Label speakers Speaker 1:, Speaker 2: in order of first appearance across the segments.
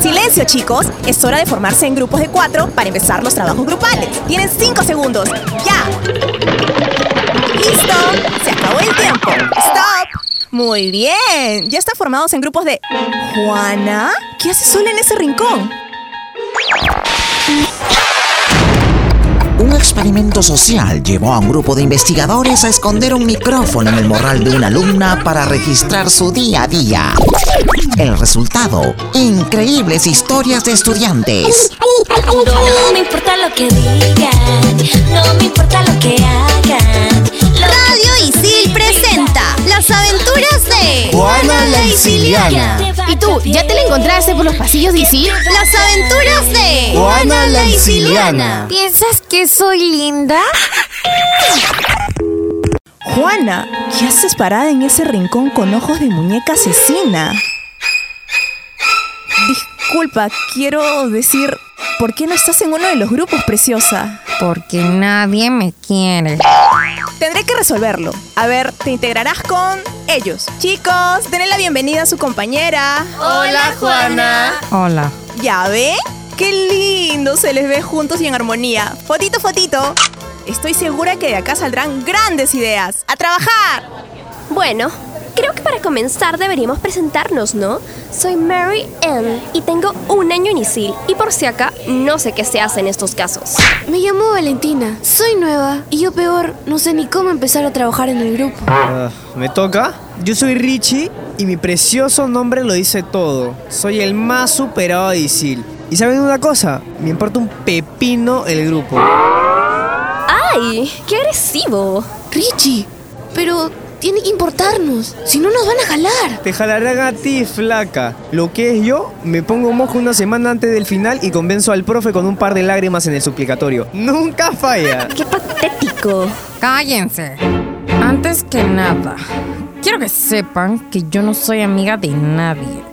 Speaker 1: silencio, chicos. Es hora de formarse en grupos de cuatro para empezar los trabajos grupales. Tienen cinco segundos. ¡Ya! ¡Listo! Se acabó el tiempo. ¡Stop! Muy bien. Ya están formados en grupos de... Juana, ¿qué hace sola en ese rincón?
Speaker 2: Un experimento social llevó a un grupo de investigadores a esconder un micrófono en el morral de una alumna para registrar su día a día. El resultado, increíbles historias de estudiantes.
Speaker 3: No me importa lo que digan, no me importa lo que hagan. Lo
Speaker 4: Radio Isil presenta Las aventuras de
Speaker 5: Juana la Isiliana.
Speaker 6: ¿Y tú, ya te la encontraste por los pasillos de Isil?
Speaker 4: Las aventuras de
Speaker 5: Juana la Isiliana.
Speaker 3: ¿Piensas que soy linda?
Speaker 1: Juana, ¿qué haces parada en ese rincón con ojos de muñeca asesina? Disculpa, quiero decir, ¿por qué no estás en uno de los grupos, preciosa?
Speaker 3: Porque nadie me quiere.
Speaker 1: Tendré que resolverlo. A ver, te integrarás con ellos. Chicos, denle la bienvenida a su compañera.
Speaker 4: Hola Juana.
Speaker 3: Hola.
Speaker 1: ¿Ya ve? ¡Qué lindo! Se les ve juntos y en armonía. Fotito, fotito. Estoy segura que de acá saldrán grandes ideas. ¡A trabajar!
Speaker 7: Bueno, creo que para comenzar deberíamos presentarnos, ¿no? Soy Mary Ann y tengo un año en ISIL y por si acá no sé qué se hace en estos casos.
Speaker 6: Me llamo Valentina, soy nueva y yo peor, no sé ni cómo empezar a trabajar en el grupo.
Speaker 8: Ah, ¿Me toca? Yo soy Richie y mi precioso nombre lo dice todo. Soy el más superado de Isil. ¿Y saben una cosa? Me importa un pepino el grupo.
Speaker 7: ¡Ay! ¡Qué agresivo!
Speaker 6: Richie, pero tiene que importarnos, si no nos van a jalar.
Speaker 8: Te jalarán a ti, flaca. Lo que es yo, me pongo mojo una semana antes del final y convenzo al profe con un par de lágrimas en el suplicatorio. ¡Nunca falla!
Speaker 7: ¡Qué patético!
Speaker 9: Cállense. Antes que nada, quiero que sepan que yo no soy amiga de nadie.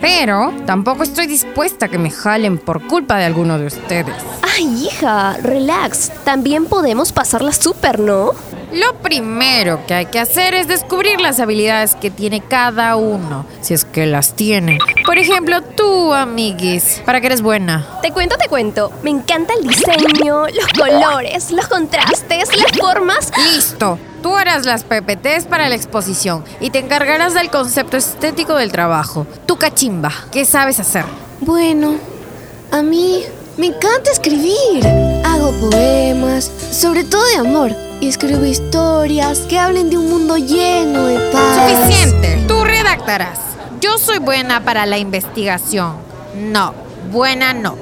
Speaker 9: Pero tampoco estoy dispuesta a que me jalen por culpa de alguno de ustedes.
Speaker 7: ¡Ay, hija! Relax. También podemos pasarla súper, ¿no?
Speaker 9: Lo primero que hay que hacer es descubrir las habilidades que tiene cada uno, si es que las tiene. Por ejemplo, tú, amiguis, para que eres buena.
Speaker 7: Te cuento, te cuento. Me encanta el diseño, los colores, los contrastes, las formas.
Speaker 9: Listo. Tú harás las PPTs para la exposición y te encargarás del concepto estético del trabajo. Tú cachimba, ¿qué sabes hacer?
Speaker 6: Bueno, a mí me encanta escribir. Hago poemas, sobre todo de amor. Y escribo historias que hablen de un mundo lleno de paz.
Speaker 9: Suficiente. Tú redactarás. Yo soy buena para la investigación. No, buena no.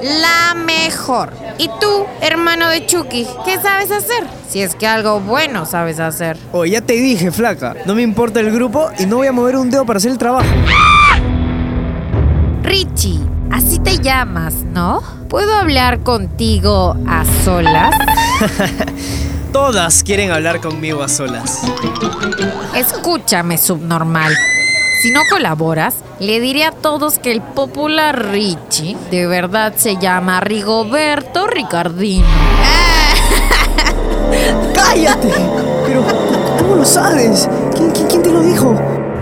Speaker 9: La mejor. ¿Y tú, hermano de Chucky, qué sabes hacer? Si es que algo bueno sabes hacer.
Speaker 8: Oh, ya te dije, flaca. No me importa el grupo y no voy a mover un dedo para hacer el trabajo.
Speaker 9: Richie, así te llamas, ¿no? ¿Puedo hablar contigo a solas?
Speaker 8: Todas quieren hablar conmigo a solas.
Speaker 9: Escúchame, subnormal. Si no colaboras, le diré a todos que el popular Richie de verdad se llama Rigoberto Ricardino.
Speaker 8: ¡Cállate! Pero, ¿cómo lo sabes? ¿Quién, quién, quién te lo dijo?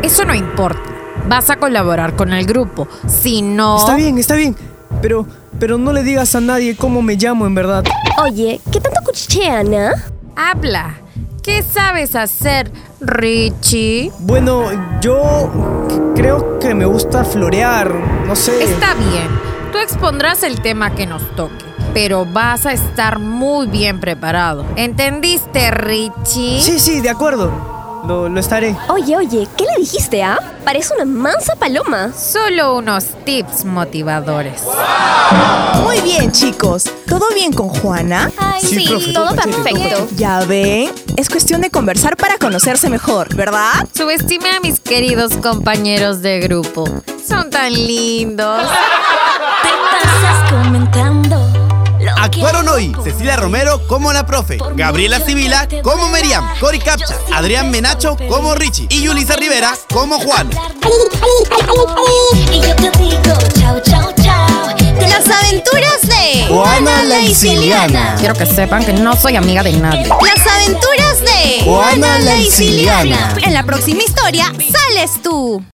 Speaker 9: Eso no importa. Vas a colaborar con el grupo. Si no...
Speaker 8: Está bien, está bien. Pero, pero no le digas a nadie cómo me llamo en verdad.
Speaker 7: Oye, ¿qué tanto cuchichean, ah?
Speaker 9: Habla. ¿Qué sabes hacer, Richie?
Speaker 8: Bueno, yo creo que me gusta florear. No sé.
Speaker 9: Está bien. Tú expondrás el tema que nos toque. Pero vas a estar muy bien preparado. ¿Entendiste, Richie?
Speaker 8: Sí, sí, de acuerdo. Lo, lo estaré.
Speaker 7: Oye, oye, ¿qué le dijiste, ah? Parece una mansa paloma.
Speaker 9: Solo unos tips motivadores.
Speaker 1: Muy bien, chicos. ¿Todo bien con Juana?
Speaker 7: Ay,
Speaker 8: Sí,
Speaker 7: sí,
Speaker 8: profe,
Speaker 7: todo
Speaker 8: profe,
Speaker 7: perfecto.
Speaker 1: Ya ven, es cuestión de conversar para conocerse mejor, ¿verdad?
Speaker 9: Subestime a mis queridos compañeros de grupo. Son tan lindos.
Speaker 3: Te pasas comentando. lo que
Speaker 5: Actuaron
Speaker 3: hago
Speaker 5: hoy
Speaker 3: por
Speaker 5: Cecilia
Speaker 3: ti.
Speaker 5: Romero como la profe,
Speaker 3: Por
Speaker 5: Gabriela
Speaker 3: mucho que
Speaker 5: Sibila
Speaker 3: te
Speaker 5: como
Speaker 3: duela,
Speaker 5: Meriam, Cori
Speaker 3: yo
Speaker 5: Capcha,
Speaker 3: siempre
Speaker 5: Adrián Menacho
Speaker 3: superé.
Speaker 5: como Richie y Yulisa Rivera como Juan.
Speaker 3: Y yo te digo, chao, chao, chao. Te
Speaker 4: Las aventuras de
Speaker 5: Juana la
Speaker 4: Isiliana.
Speaker 9: Quiero que sepan que no soy amiga de nadie.
Speaker 4: Las aventuras de
Speaker 5: Juana la Isiliana.
Speaker 4: En la próxima historia sales tú.